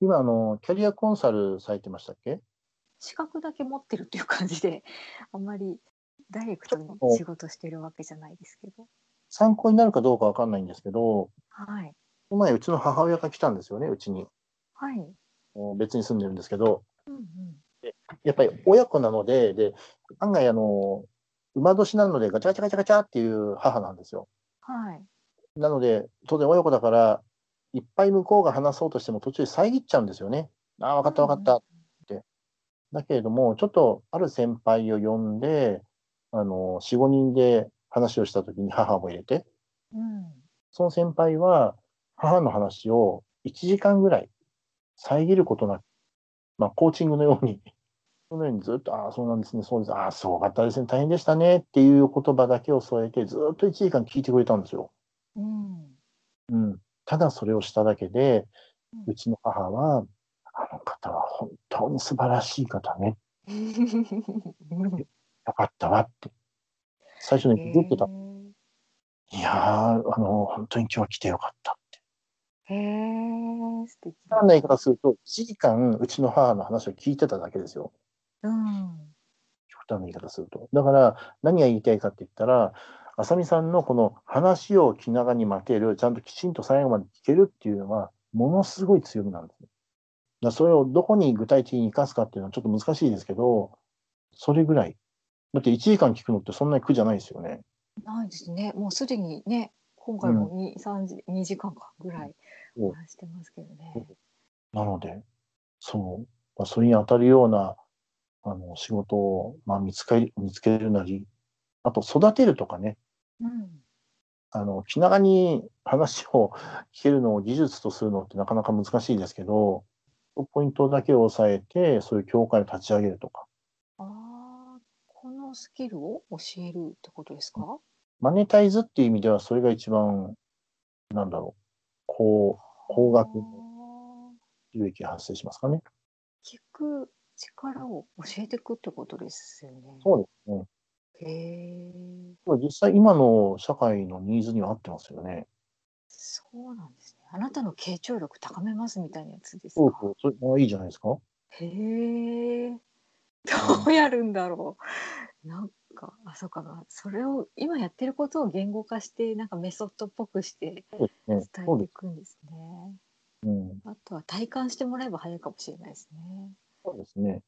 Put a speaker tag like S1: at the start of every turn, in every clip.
S1: 今、あの、キャリアコンサルされてましたっけ
S2: 資格だけ持ってるっていう感じで、 あんまりダイレクトに仕事してるわけじゃないですけど。
S1: 参考になるかどうかわかんないんですけど、
S2: はい。
S1: この前、うちの母親が来たんですよね、うちに。
S2: はい。
S1: もう別に住んでるんですけど、
S2: うんうん。
S1: やっぱり親子なので、で、案外、あの、馬年なので、ガチャガチャガチャガチャっていう母なんですよ。
S2: はい。
S1: なので、当然親子だから、いっぱい向こうが話そうとしても途中で遮っちゃうんですよね。ああ、分かった分かったって。だけれども、ちょっとある先輩を呼んで、あの、4、5人で話をしたときに母も入れて、
S2: うん。
S1: その先輩は母の話を1時間ぐらい遮ることなく、まあ、コーチングのように、 そのようにずっと、ああ、そうなんですね、そうです、ああ、すごかったですね、大変でしたねっていう言葉だけを添えて、ずっと1時間聞いてくれたんですよ。
S2: うん。
S1: うん、ただそれをしただけで
S2: うん
S1: うちの母は「あの方は本当に素晴らしい方ねよかったわ」って最初に言ってた「いやーあの本当に今日は来てよかった」って。
S2: へえ、素敵
S1: 簡単な言い方すると1時間うちの母の話を聞いてただけですよ
S2: うん。
S1: 極端な言い方すると。だから何が言いたいかって言ったら浅見さんのこの話を気長に待てるちゃんときちんと最後まで聞けるっていうのはものすごい強みなんですね。だからそれをどこに具体的に生かすかっていうのはちょっと難しいですけどそれぐらい。だって1時間聞くのってそんなに苦じゃないですよね。
S2: ないですね。もうすでにね、今回も二三時二時間かぐらい
S1: うん
S2: 話してますけどね。
S1: なのでそう、まあ、それに当たるようなあの仕事を、まあ、見つけ見つけるなりあと育てるとかね
S2: うん。
S1: あの気長に話を 聞けるのを技術とするのってなかなか難しいですけどポイントだけを抑えてそういう教会を立ち上げるとか
S2: ああ、このスキルを教えるってことですか？
S1: マネタイズっていう意味ではそれが一番なんだろうこう高額
S2: あ
S1: の利益が発生しますかね。
S2: ー聞く力を教えていくってことですよね。
S1: そうですね。
S2: へえ、
S1: これ実際今の社会のニーズには合ってますよね。
S2: そうなんですね。あなたの傾聴力高めますみたいなやつです
S1: そう
S2: か。
S1: そう、それあいいじゃないですか。
S2: へえ、どうやるんだろう。なんか、あ、そうかな。それを今やってることを言語化して、なんかメソッドっぽくして
S1: そうですね。
S2: 伝
S1: そ
S2: え
S1: う
S2: て
S1: で
S2: い
S1: す。
S2: くんですね。
S1: うん、
S2: あとは体感してもらえば早いかもしれないですね。
S1: そうですね。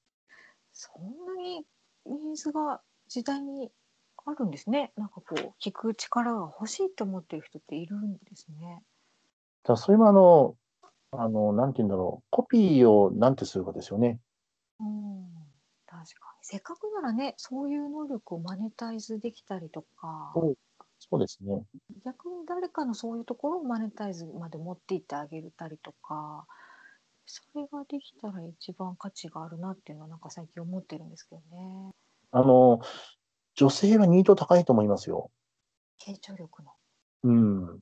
S2: そんなにニーズが時代にあるんですね。なんかこう聞く力が欲しいと思ってる人っているんですね。
S1: ただそれもあの、あの、なんて言うんだろう。コピーをなんてするかですよね。
S2: うん、確かに。せっかくならね、そういう能力をマネタイズできたりとか、
S1: そうそうですね。
S2: 逆に誰かのそういうところをマネタイズまで持っていってあげたりとか、それができたら一番価値があるなっていうのはなんか最近思ってるんですけどね。
S1: あの、女性はニート高いと思いますよ。
S2: 傾聴力の。
S1: うん。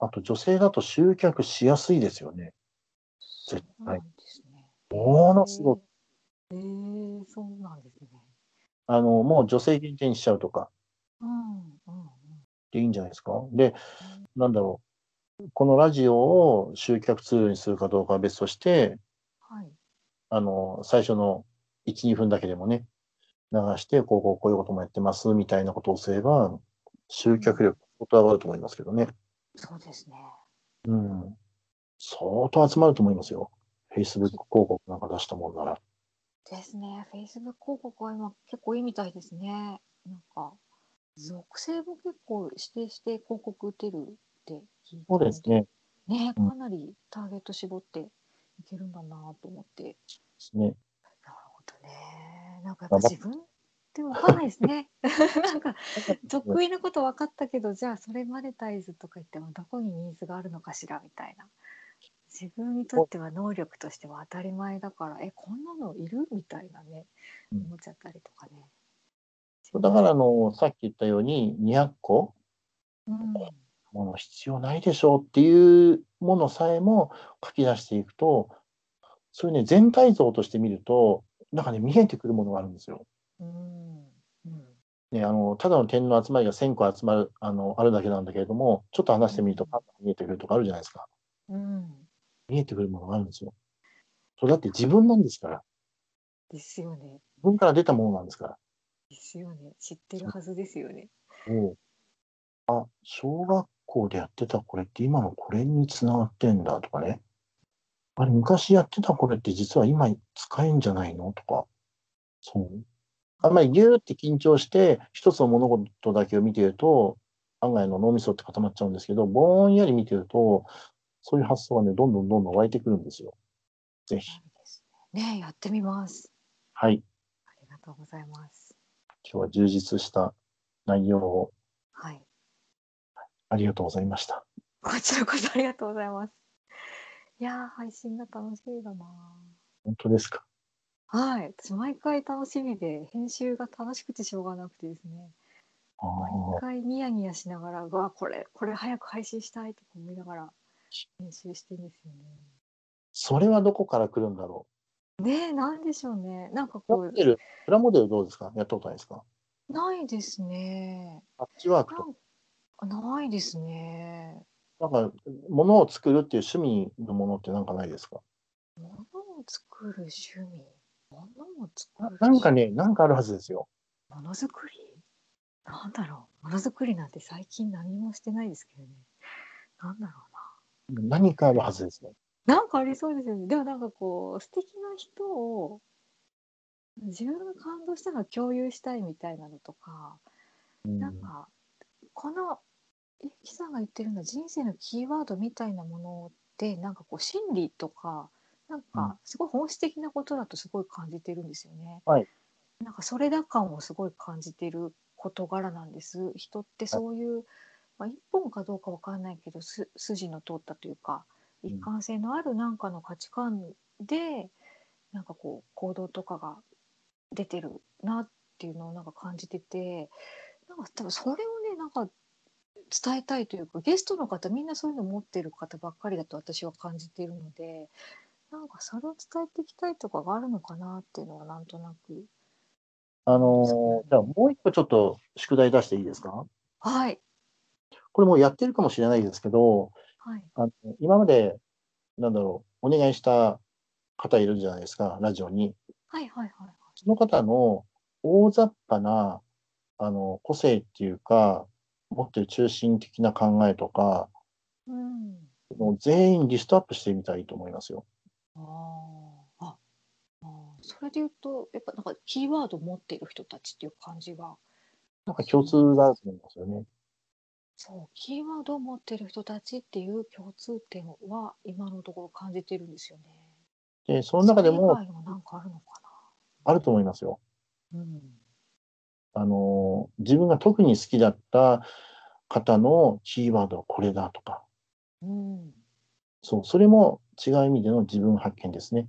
S1: あと女性だと集客しやすいですよね。
S2: そうなんですね。
S1: ものすごく。
S2: へえー、そうなんですね。
S1: あの、もう女性限定にしちゃうとか
S2: うんうん
S1: でいいんじゃないですか。で、なんだろう。このラジオを集客ツールにするかどうかは別として、
S2: はい。
S1: あの、最初の1、2分だけでもね、流して、こう、こう、こういうこともやってます、みたいなことをすれば、集客力、相当上がると思いますけどね。
S2: そうですね。
S1: うん。相当集まると思いますよ。Facebook 広告なんか出したもんなら。
S2: ですね。Facebook 広告は今結構いいみたいですね。なんか属性も結構指定して広告打てるって聞いて。
S1: そうです。ね。
S2: ね、
S1: うん
S2: かなりターゲット絞っていけるんだなと思って。
S1: ですね。
S2: なるほどね。なんかやっぱ自分でもわかんないです ね。なんか得意なこと分かったけど、じゃあそれマネタイズとか言ってもどこにニーズがあるのかしらみたいな。自分にとっては能力としては当たり前だから、え、こんなのいるみたいなね、
S1: うん
S2: 思っちゃったりとかね。
S1: だから、あの、さっき言ったように、200個
S2: うん、
S1: もの必要ないでしょうっていうものさえも書き出していくと、そういうね、全体像として見ると、なんかね、見えてくるものがあるんですよ。
S2: うん、うん、
S1: ね、あの、ただの点の集まりが1000個集まる、あの、あるだけなんだけれども、ちょっと話してみると、パッと見えてくるとかあるじゃないですか。
S2: うん。
S1: 見えてくるものがあるんですよ。それだって自分なんですから。
S2: ですよね。
S1: 自分から出たものなんですから。
S2: ですよね。知ってるはずですよね。
S1: もう、あ、小学校でやってたこれって今のこれにつながってんだとかね。あれ、昔やってたこれって実は今使えんじゃないのとか。そう。あんまりギューって緊張して、一つの物事だけを見ていると、案外の脳みそって固まっちゃうんですけど、ぼんやり見てると、そういう発想がね、どんどんどんどん湧いてくるんですよ。ぜひ。
S2: ねえやってみます。
S1: はい。
S2: ありがとうございます。
S1: 今日は充実した内容を
S2: はい。
S1: ありがとうございました。
S2: こちらこそありがとうございます。いやー配信が楽しみだな
S1: 本当ですか。
S2: はい。私毎回楽しみで編集が楽しくてしょうがなくてですね。
S1: あ
S2: 毎
S1: あ、
S2: 回ニヤニヤしながら、うわこれこれ早く配信したいとか思いながら編集してるんですよ
S1: それはどこから来るんだろ
S2: ね。ねえなんでしょうね。なんか
S1: う。
S2: こ
S1: モ
S2: う
S1: デル、プラモデルどうですかやったことないですか
S2: ないですね。
S1: パッチワークと
S2: なんないですね。
S1: か、なんか、物を作るっていう趣味のものってなんかないですか
S2: 物を作る趣味。物を作
S1: な
S2: る。
S1: なんか。ね、なんかあるはずですよ。
S2: ものづくり。なんだろう。ものづくりなんて最近何もしてないですけどね。なんだろ
S1: 何かあるはずですね。
S2: うな。なんかありそうですよね。でもなんかこう素敵な人を。自分が感動したのを共有したいみたいなのとか、
S1: うん
S2: なんかこのゆきさんが言ってるのは人生のキーワードみたいなものでなんかこう心理とかなん
S1: うん
S2: かすごい本質的なことだとすごい感じてるんですよね。
S1: はい
S2: なんかそれだ感をすごい感じてる事柄なんです。人ってそういう、まあ、一本かどうかわかんないけどす筋の通ったというか
S1: うん
S2: 一貫性のあるなんかの価値観で、なんかこう行動とかが出てるなっていうのをなんか感じててなんか多分それをねなんか伝えたいというかゲストの方みんなそういうの持ってる方ばっかりだと私は感じているのでなんかそれを伝えていきたいとかがあるのかなっていうのはなんとなく
S1: あのーじゃあもう一個ちょっと宿題出していいですか
S2: はい
S1: これもうやってるかもしれないですけど、
S2: はい
S1: あの今まで、なんだろう、お願いした方いるじゃないですか、ラジオに。
S2: はいはいはい
S1: その方の大雑把なあの個性っていうか、持ってる中心的な考えとか、
S2: うん
S1: もう全員リストアップしてみたいと思いますよ。
S2: あーああーそれで言うとやっぱなんかキーワード持っている人たちっていう感じが
S1: なんか共通があると思いますよね。
S2: そうキーワードを持っている人たちっていう共通点は今のところ感じてるんですよね。
S1: で、その中で
S2: そ
S1: も
S2: れ以外もなんかあるのか
S1: あると思いますよ。
S2: な。うん。
S1: あの、自分が特に好きだった方のキーワードはこれだとか、
S2: うん。
S1: そう、それも違う意味での自分発見ですね。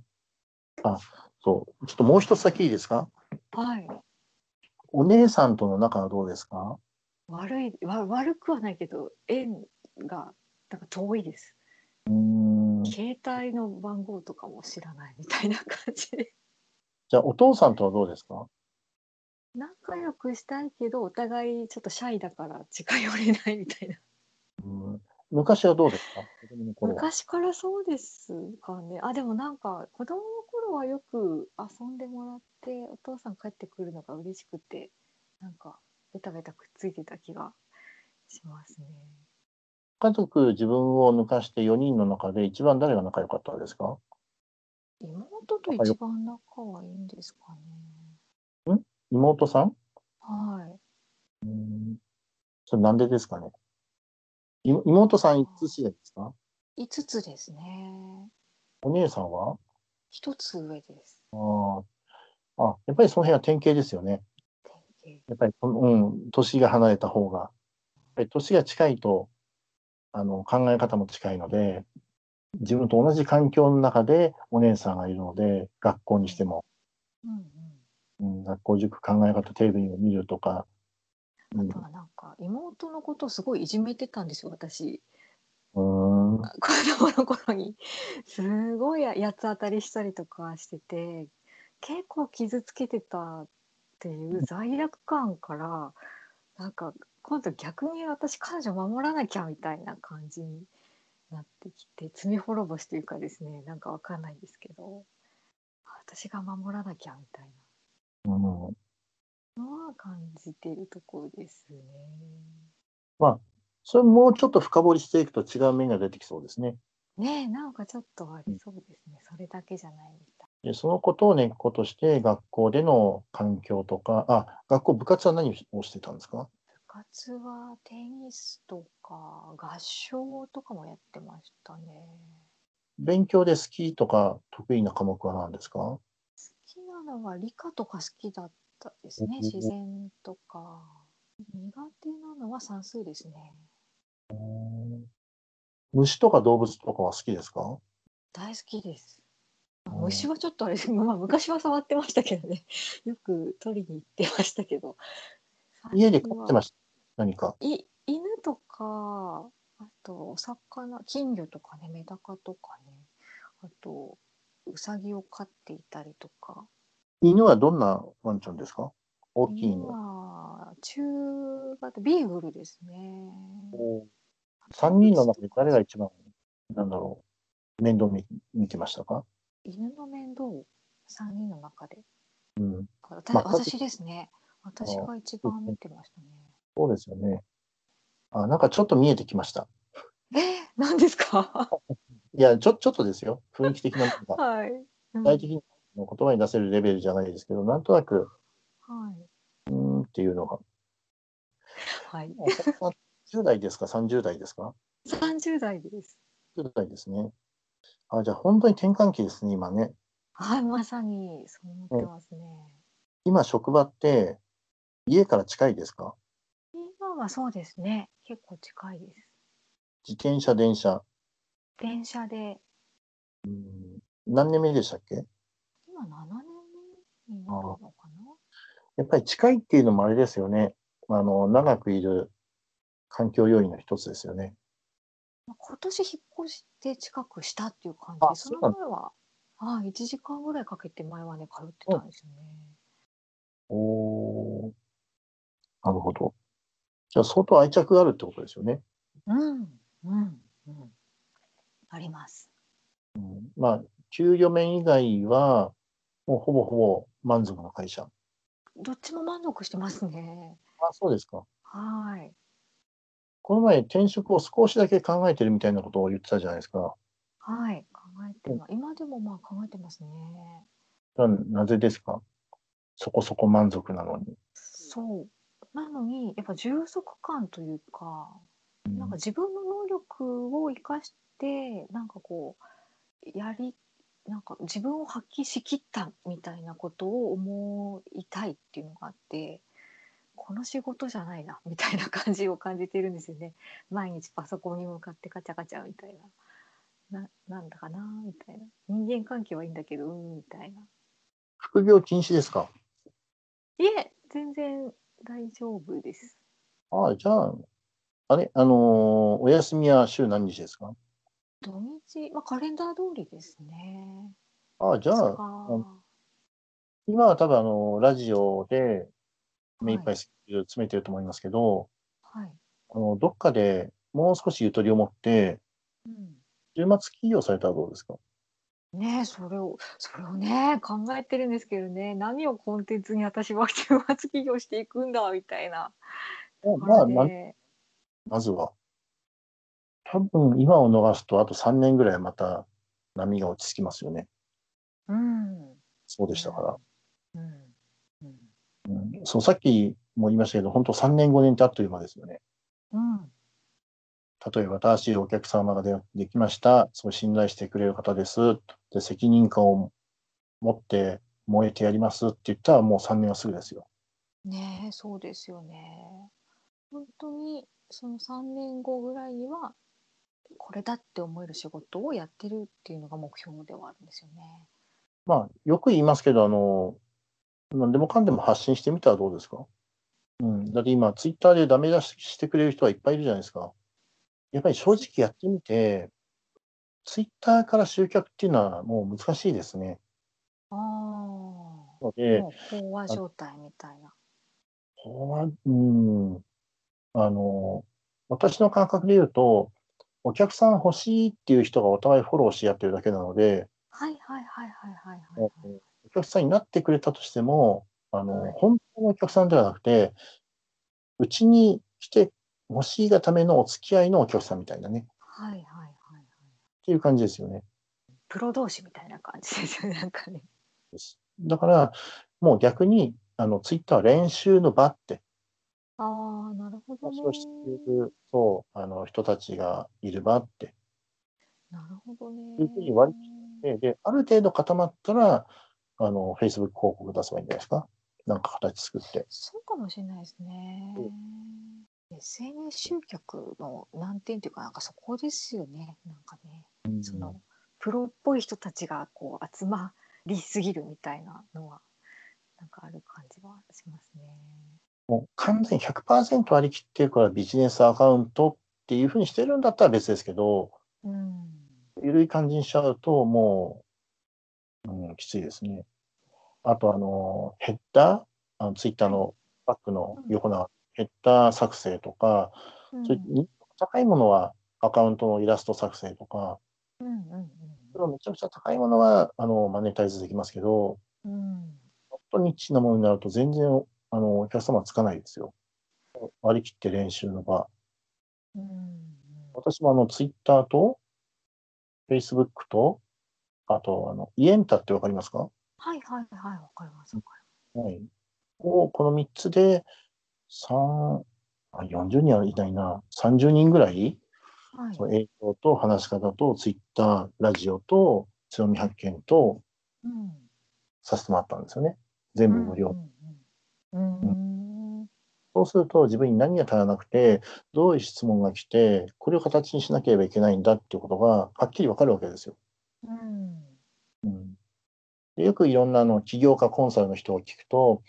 S1: あ、そう、ちょっともう一つ先いいですか
S2: はい。
S1: お姉さんとの仲はどうですか
S2: 悪いわ悪くはないけど縁がなんか遠いです。
S1: うーん。じ
S2: 携帯の番号とかも知らないみたいな感じで。
S1: ゃあ、お父さんとはどうですか
S2: 仲良くしたいけどお互いちょっとシャイだから近寄れないみたいな。
S1: うん昔はどうですか子供の頃は
S2: 昔からそうですかねあでもなんか子供の頃はよく遊んでもらってお父さん帰ってくるのが嬉しくてなんかベタベタくっついてた気がしますね
S1: 家族、自分を抜かして4人の中で一番誰が仲良かったですか
S2: 妹と一番仲はいいんですかね
S1: 妹さん
S2: はい
S1: うんそれなんでですかねい妹さん5つ違いですか
S2: 5つですね
S1: お姉さんは
S2: 1つ上です
S1: あーあ、やっぱりその辺は典型ですよね。
S2: 典
S1: やっぱりこの、うん、年が離れた方が。やっぱり年が近いと、あの、考え方も近いので、自分と同じ環境の中でお姉さんがいるので、学校にしても、
S2: 型うん
S1: うん、学校塾考え方テレビを見るとか、う
S2: うんあとはなんか妹のことをすごいいじめてたんですよ私
S1: ん、うーん
S2: 子供の頃にすごい八つ当たりしたりとかしてて結構傷つけてたっていう罪悪感からなんか今度逆に私彼女守らなきゃみたいな感じになってきて罪滅ぼしというかですねなんかわかんないんですけど私が守らなきゃみたい
S1: うん、
S2: なのは感じているところですね。
S1: それもうちょっと深掘りしていくと違う面が出てきそうですね。
S2: ねえなんかちょっとありそうですね。それだけじゃないみたい。
S1: でそのことを根っことして学校での環境とか、あ、学校部活は何をしてたんですか
S2: 部活はテニスとか合唱とかもやってましたね。
S1: 勉強で好きとか得意な科目は何ですか
S2: 好きなのは理科とか好きだったですね。
S1: お
S2: 自然とか。苦手なのは算数ですね。
S1: 虫とか動物とかは好きですか
S2: 大好きで
S1: う
S2: す。まあ
S1: ん
S2: 虫はちょっとあれです、 まあ、昔は触ってましたけどね よく取りに行ってましたけど
S1: 家で飼ってま
S2: し
S1: した何か。
S2: たい犬とかあとお魚金魚とかねメダカとかねあとウサギを飼っていたりとか
S1: 犬はどんなワンちゃんですか大きい
S2: 犬
S1: の。
S2: は中型ビーグルですね
S1: 3人の中で誰が一番、なんだろう、面倒見見てましたか
S2: 犬の面倒を3人の中で
S1: うん。
S2: 私
S1: まあ
S2: 私ですね私が一番見てましたね
S1: そうですよね。あ、なんかちょっと見えてきました。
S2: えー、何です か
S1: いや、ちょ、ちょっとですよ。雰囲気的なものが。
S2: はい、うん
S1: 具体的に言葉に出せるレベルじゃないですけど、なんとなく、
S2: は
S1: う
S2: い。
S1: ーんっていうのが。
S2: はい。
S1: 10代ですか ?30 代ですか
S2: 三十代です。
S1: ?10 代ですね。あ、じゃあ本当に転換期ですね、今ね。
S2: はい、まさにそう思ってますね。
S1: 今、職場って、家から近いですか
S2: 今はそうですね。結構近いです。
S1: 自転車、電車。
S2: 電車で
S1: うん何年目でしたっけ
S2: 今七年目になるのかな。
S1: やっぱり近いっていうのもあれですよね。あの、長くいる環境要因の一つですよね。
S2: まあ今年引っ越して近くしたっていう感じ
S1: あ
S2: で、そ
S1: そうな
S2: の前ははい一時間ぐらいかけて前はね通ってたんですよね。
S1: おーなるほど。じゃあ相当愛着があるってことですよね。
S2: うん、うん、うん。あります。
S1: まあ、給与面以外は、もうほぼほぼ満足の会社。
S2: どっちも満足してますね。
S1: あ、そうですか。
S2: はい。
S1: この前、転職を少しだけ考えてるみたいなことを言ってたじゃないですか。
S2: はい、考えてま、今でもまあ考えてますね。
S1: それはなぜですかそこそこ満足なのに。
S2: そう。なのに、やっぱ充足感というか、なんか自分の能力を生かして、なんかこう、やり、なんか自分を発揮しきったみたいなことを思いたいっていうのがあって、この仕事じゃないな、みたいな感じを感じてるんですよね。毎日パソコンに向かってガチャガチャみたいな。ななんだかなみたいな人間関係はいいんだけどうんみたいな
S1: 副業禁止ですか
S2: いえ、全然大丈夫です。
S1: ああ、じゃあ、あれあのーお休みは週何日ですか
S2: 土日、まあ、カレンダー通りですね。
S1: ああ、じゃ
S2: そっ
S1: あ
S2: か、
S1: 今は多分あの、ラジオで目いっぱ
S2: はい
S1: いスキル詰めてると思いますけど、
S2: はい。
S1: あの、どっかでもう少しゆとりを持って、
S2: うん、
S1: 週末起業されたらどうですか
S2: ねえそれを、それをね、考えてるんですけどね、何をコンテンツに私は週末企業していくんだ、みたいな。
S1: まあ、
S2: ね
S1: ままずは。多分今を逃すと、あと3年ぐらいまた波が落ち着きますよね。
S2: うん。
S1: そうでしたから。
S2: うん。うん。
S1: うん、そう、さっきも言いましたけど、本当3年5年ってあっという間ですよね。
S2: うん。
S1: 例えば、新しいお客様がでできました。そう信頼してくれる方です。で、責任感を持って燃えてやりますって言ったら、もう3年はすぐですよ。
S2: ねえそうですよね。本当にその3年後ぐらいにはこれだって思える仕事をやってるっていうのが目標ではあるんですよね。
S1: まあ、よく言いますけど、あの、何でもかんでも発信してみたらどうですかうん。だって今、ツイッターでダメ出ししてくれる人はいっぱいいるじゃないですか。やっぱり正直やってみて、ツイッターから集客っていうのはもう難しいですね。
S2: ああ、も
S1: の
S2: う
S1: で、
S2: 飽和状態みたいな。
S1: これはうん。あの、私の感覚で言うと、お客さん欲しいっていう人がお互いフォローし合ってるだけなので、
S2: はいはいはいはいはいはい
S1: お
S2: はい。
S1: 客さんになってくれたとしても、あ
S2: はい
S1: の、本当のお客さんではなくて、うちに来て欲しいがためのお付き合いのお客さんみたいなね、っ
S2: はいはいはいはい。
S1: ていう感じですよね。
S2: プロ同士みたいな感じですよね。なんかね。
S1: ですだから、もう逆に、あの、ツイッターは練習の場って、
S2: ああ、なるほどね
S1: 話。をしている、そう、あの、人たちがいる場って、
S2: なるほどね。
S1: いうふうに割りで、である程度固まったら、あの、Facebook 広告出せばいいんじゃないですか。なんか形作って。
S2: そうかもしれないですね。SNS 集客の難点というか、なんかそこですよね。なんかね、そのプロっぽい人たちがこう集まりすぎるみたいなのは、なんかある感じはしますね。
S1: もう完全に100%ありきってるからビジネスアカウントっていうふうにしてるんだったら別ですけど、
S2: うん。
S1: 緩い感じにしちゃうと、もう、うん、きついですね。あと、あの、ヘッダー、あのツイッターのバックの横のヘッダー作成とか、
S2: うん、
S1: それ人気が高いものはアカウントのイラスト作成とか、
S2: うんうん
S1: それはめちゃくちゃ高いものはあのマネタイズできますけど、
S2: うん。うん。
S1: 本当にニッチなものになると全然あのお客様はつかないですよ。割り切って練習の場。
S2: うん
S1: 私もあのツイッターと、フェイスブックと、あとあの、イエンタってわかりますか
S2: はいはいはい、わかります。わか
S1: はい。を、この3つで、3、あ40人はいないな、30人ぐらい、
S2: ります。
S1: そ
S2: はい。
S1: の営業と話し方と、ツイッター、ラジオと、強み発見と、
S2: うん。
S1: させてもらったんですよね。全部無料。
S2: うん。うん。うん。
S1: そうすると自分に何が足らなくて、どういう質問が来て、これを形にしなければいけないんだっていうことがはっきりわかるわけですよ。
S2: うん
S1: うん、でよくいろんなあの起業家コンサルの人を聞くと、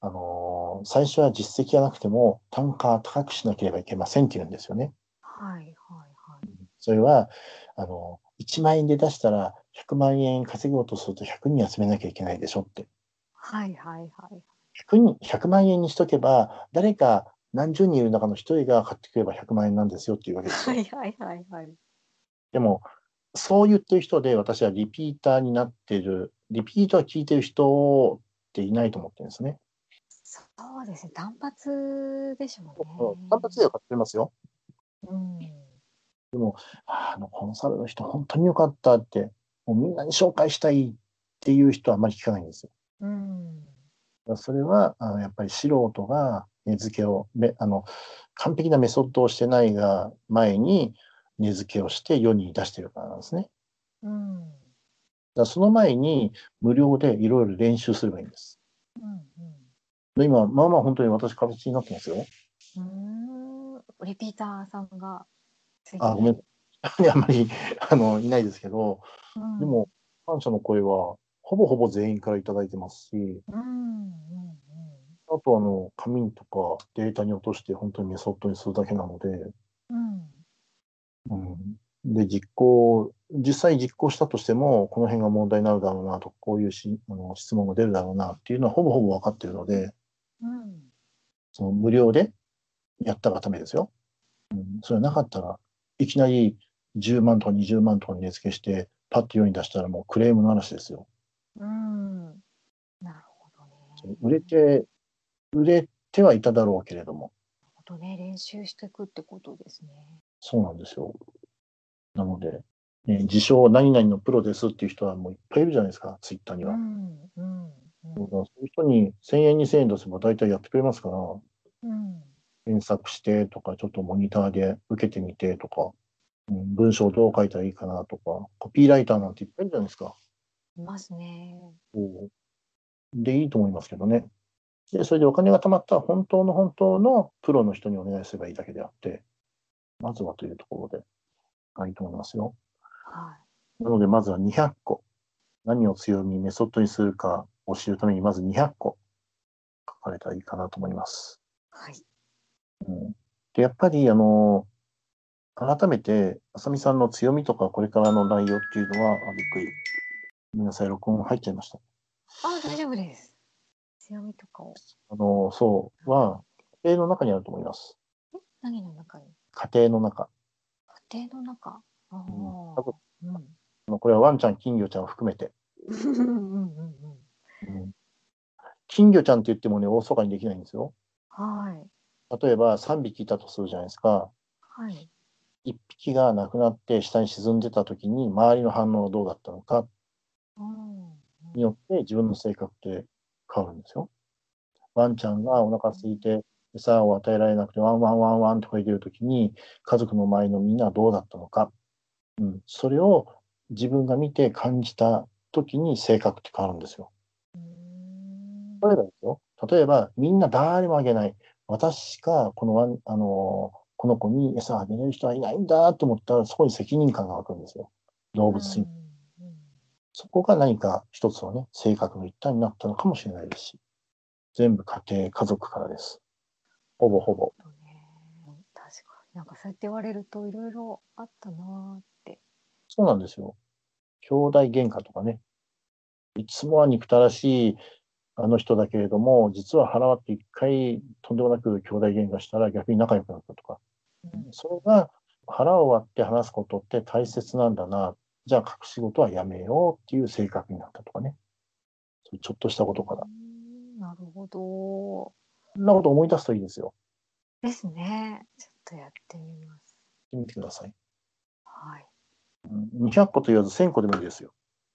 S1: あのー最初は実績がなくても単価は高くしなければいけませんって言うんですよね。
S2: はいはいはい。
S1: それは、あの1万円で出したら100万円稼ごうとすると100人集めなきゃいけないでしょって。
S2: はいはいはい。
S1: 100, 人100万円にしとけば、誰か何十人いる中の1人が買ってくれば100万円なんですよっていうわけですよ
S2: は。いはいはいはい。
S1: でも、そう言ってる人で、私はリピーターになってる、リピーターを聞いてる人っていないと思ってるんですね。
S2: そうですね。単発でしょうね。
S1: 単発では買ってますよ。
S2: うん。
S1: ああの、コンサルの人、本当に良かったって、もうみんなに紹介したいっていう人はあまり聞かないんですよ。
S2: うん。
S1: だからそれは、あのやっぱり素人が根付けを、めあの、完璧なメソッドをしてないが前に根付けをして世に出してるからなんですね。
S2: うん。うん。
S1: だからその前に無料でいろいろ練習すればいいんです。で今、まあまあ本当に私形になってますよ。
S2: うん。うーん。リピーターさんが。
S1: あごめん あんまりあのいないですけど、
S2: うん。
S1: でも、感謝の声は、ほぼほぼ全員からいただいてますし、
S2: うん。うん。
S1: あと、あの、紙とかデータに落として、本当にメソッドにするだけなので、
S2: うん。
S1: うん。で、実行、実際実行したとしても、この辺が問題になるだろうなと、こういうしあの質問が出るだろうなっていうのは、ほぼほぼ分かってるので、
S2: うん。うん。
S1: その無料でやったがためですよ。うん、それなかったらいきなり10万とか20万とかに値付けして、パッと世に出したらもうクレームの話ですよ。
S2: うん。なるほどね。
S1: 売れて、売れてはいただろうけれども、
S2: あとね、練習していくってことですね。
S1: そうなんですよ。なので、ね、自称何々のプロですっていう人はもういっぱいいるじゃないですか、ツイッターに
S2: う
S1: は。
S2: ん、うん、うん
S1: そういう人に1000円、2000円出せば大体やってくれますから、
S2: うん、
S1: 検索してとか、ちょっとモニターで受けてみてとか、うん、文章どう書いたらいいかなとか、コピーライターなんていっぱいいるじゃないですか。
S2: いますね。
S1: こうで、いいと思いますけどね。で、それでお金が貯まったら本当の本当のプロの人にお願いすればいいだけであって、まずはというところで、はいいと思いますよ。
S2: は
S1: なので、まずは200個。何を強み、メソッドにするかを知るために、まず200個書かれたらいいかなと思います。
S2: い。はい。
S1: で、やっぱり、あの、改めて、あさみさんの強みとか、これからの内容っていうのは、あびっくり。ごめんなさい、録音入っちゃいました。
S2: あ、大丈夫です。強みとかを。
S1: あの、そう、は、家庭の中にあると思います。
S2: 何の中に。
S1: 家庭の中。
S2: 家庭の中。ああ。
S1: うん家族
S2: うん。
S1: あのこれはワンちゃん、金魚ちゃんを含めて。
S2: うん、うん、うん、うん。
S1: 金魚ちゃんって言ってもね、大そかにできないんですよ。
S2: はい。
S1: 例えば3匹いたとするじゃないですか。
S2: はい。
S1: 1匹が亡くなって下に沈んでた時に周りの反応がどうだったのか
S2: うん。
S1: によって自分の性格って変わるんですよ。ワンちゃんがお腹空いて餌を与えられなくてワンワンワンワンとか言ってる時に家族の前のみんなはどうだったのか、うん、それを自分が見て感じた時に性格って変わるんですよ。
S2: うん
S1: 例えばですよ。例えば、みんな誰もあげない。私しか、このワン、あのー、この子に餌あげれる人はいないんだと思ったら、そこに責任感が湧くんですよ。動物に。
S2: うんうん
S1: そこが何か一つのね、性格の一端になったのかもしれないですし。全部家庭、家族からです。ほぼほぼ。
S2: そうね確かになんかそうやって言われるといろいろあったなーって。
S1: そうなんですよ。兄弟喧嘩とかね。いつもは憎たらしいあの人だけれども、実は腹割って一回とんでもなく兄弟喧嘩したら逆に仲良くなったとか。
S2: うん
S1: それが腹を割って話すことって大切なんだな。じゃあ隠し事はやめようっていう性格になったとかね。そういうちょっとしたことから。
S2: うんなるほど。
S1: そんなこと思い出すといいですよ。
S2: ですね。ちょっとやってみます。
S1: 見てください。
S2: はい。
S1: うん200個と言わず1000個でもいいですよ。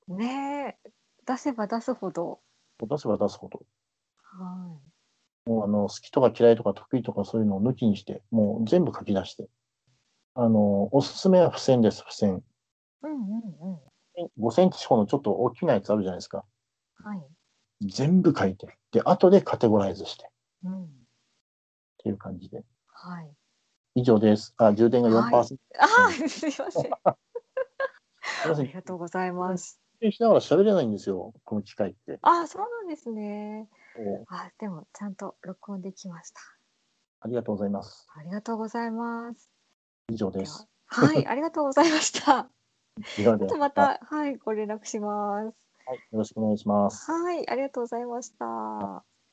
S2: ねえ出せば出すほど。
S1: 出せば出すほど。
S2: は
S1: もうあの好きとか嫌いとか得意とかそういうのを抜きにして、もう全部書き出して。あの、おすすめは付箋です、付箋。
S2: い。うんうんうん。
S1: 5センチ四方のちょっと大きなやつあるじゃないですか。
S2: はい。
S1: 全部書いて。で、後でカテゴライズして。っ
S2: うん。
S1: ていう感じで。
S2: はい。
S1: 以上です。あ、充電が4%。
S2: はいああ、すいません。あ
S1: すいません
S2: りがとうございます。
S1: 運転しながら喋れないんですよ、この機械って。
S2: ああ、そうなんですね。
S1: お
S2: あ、でもちゃんと録音できました。
S1: ありがとうございます。
S2: ありがとうございます。
S1: 以上です。
S2: はい、ありがとうございま した。
S1: いかが
S2: ちょ
S1: でし
S2: っと
S1: た
S2: ま
S1: はい、
S2: た、はい、ご連絡します。
S1: よろしくお願いします。
S2: はい、ありがとうございました。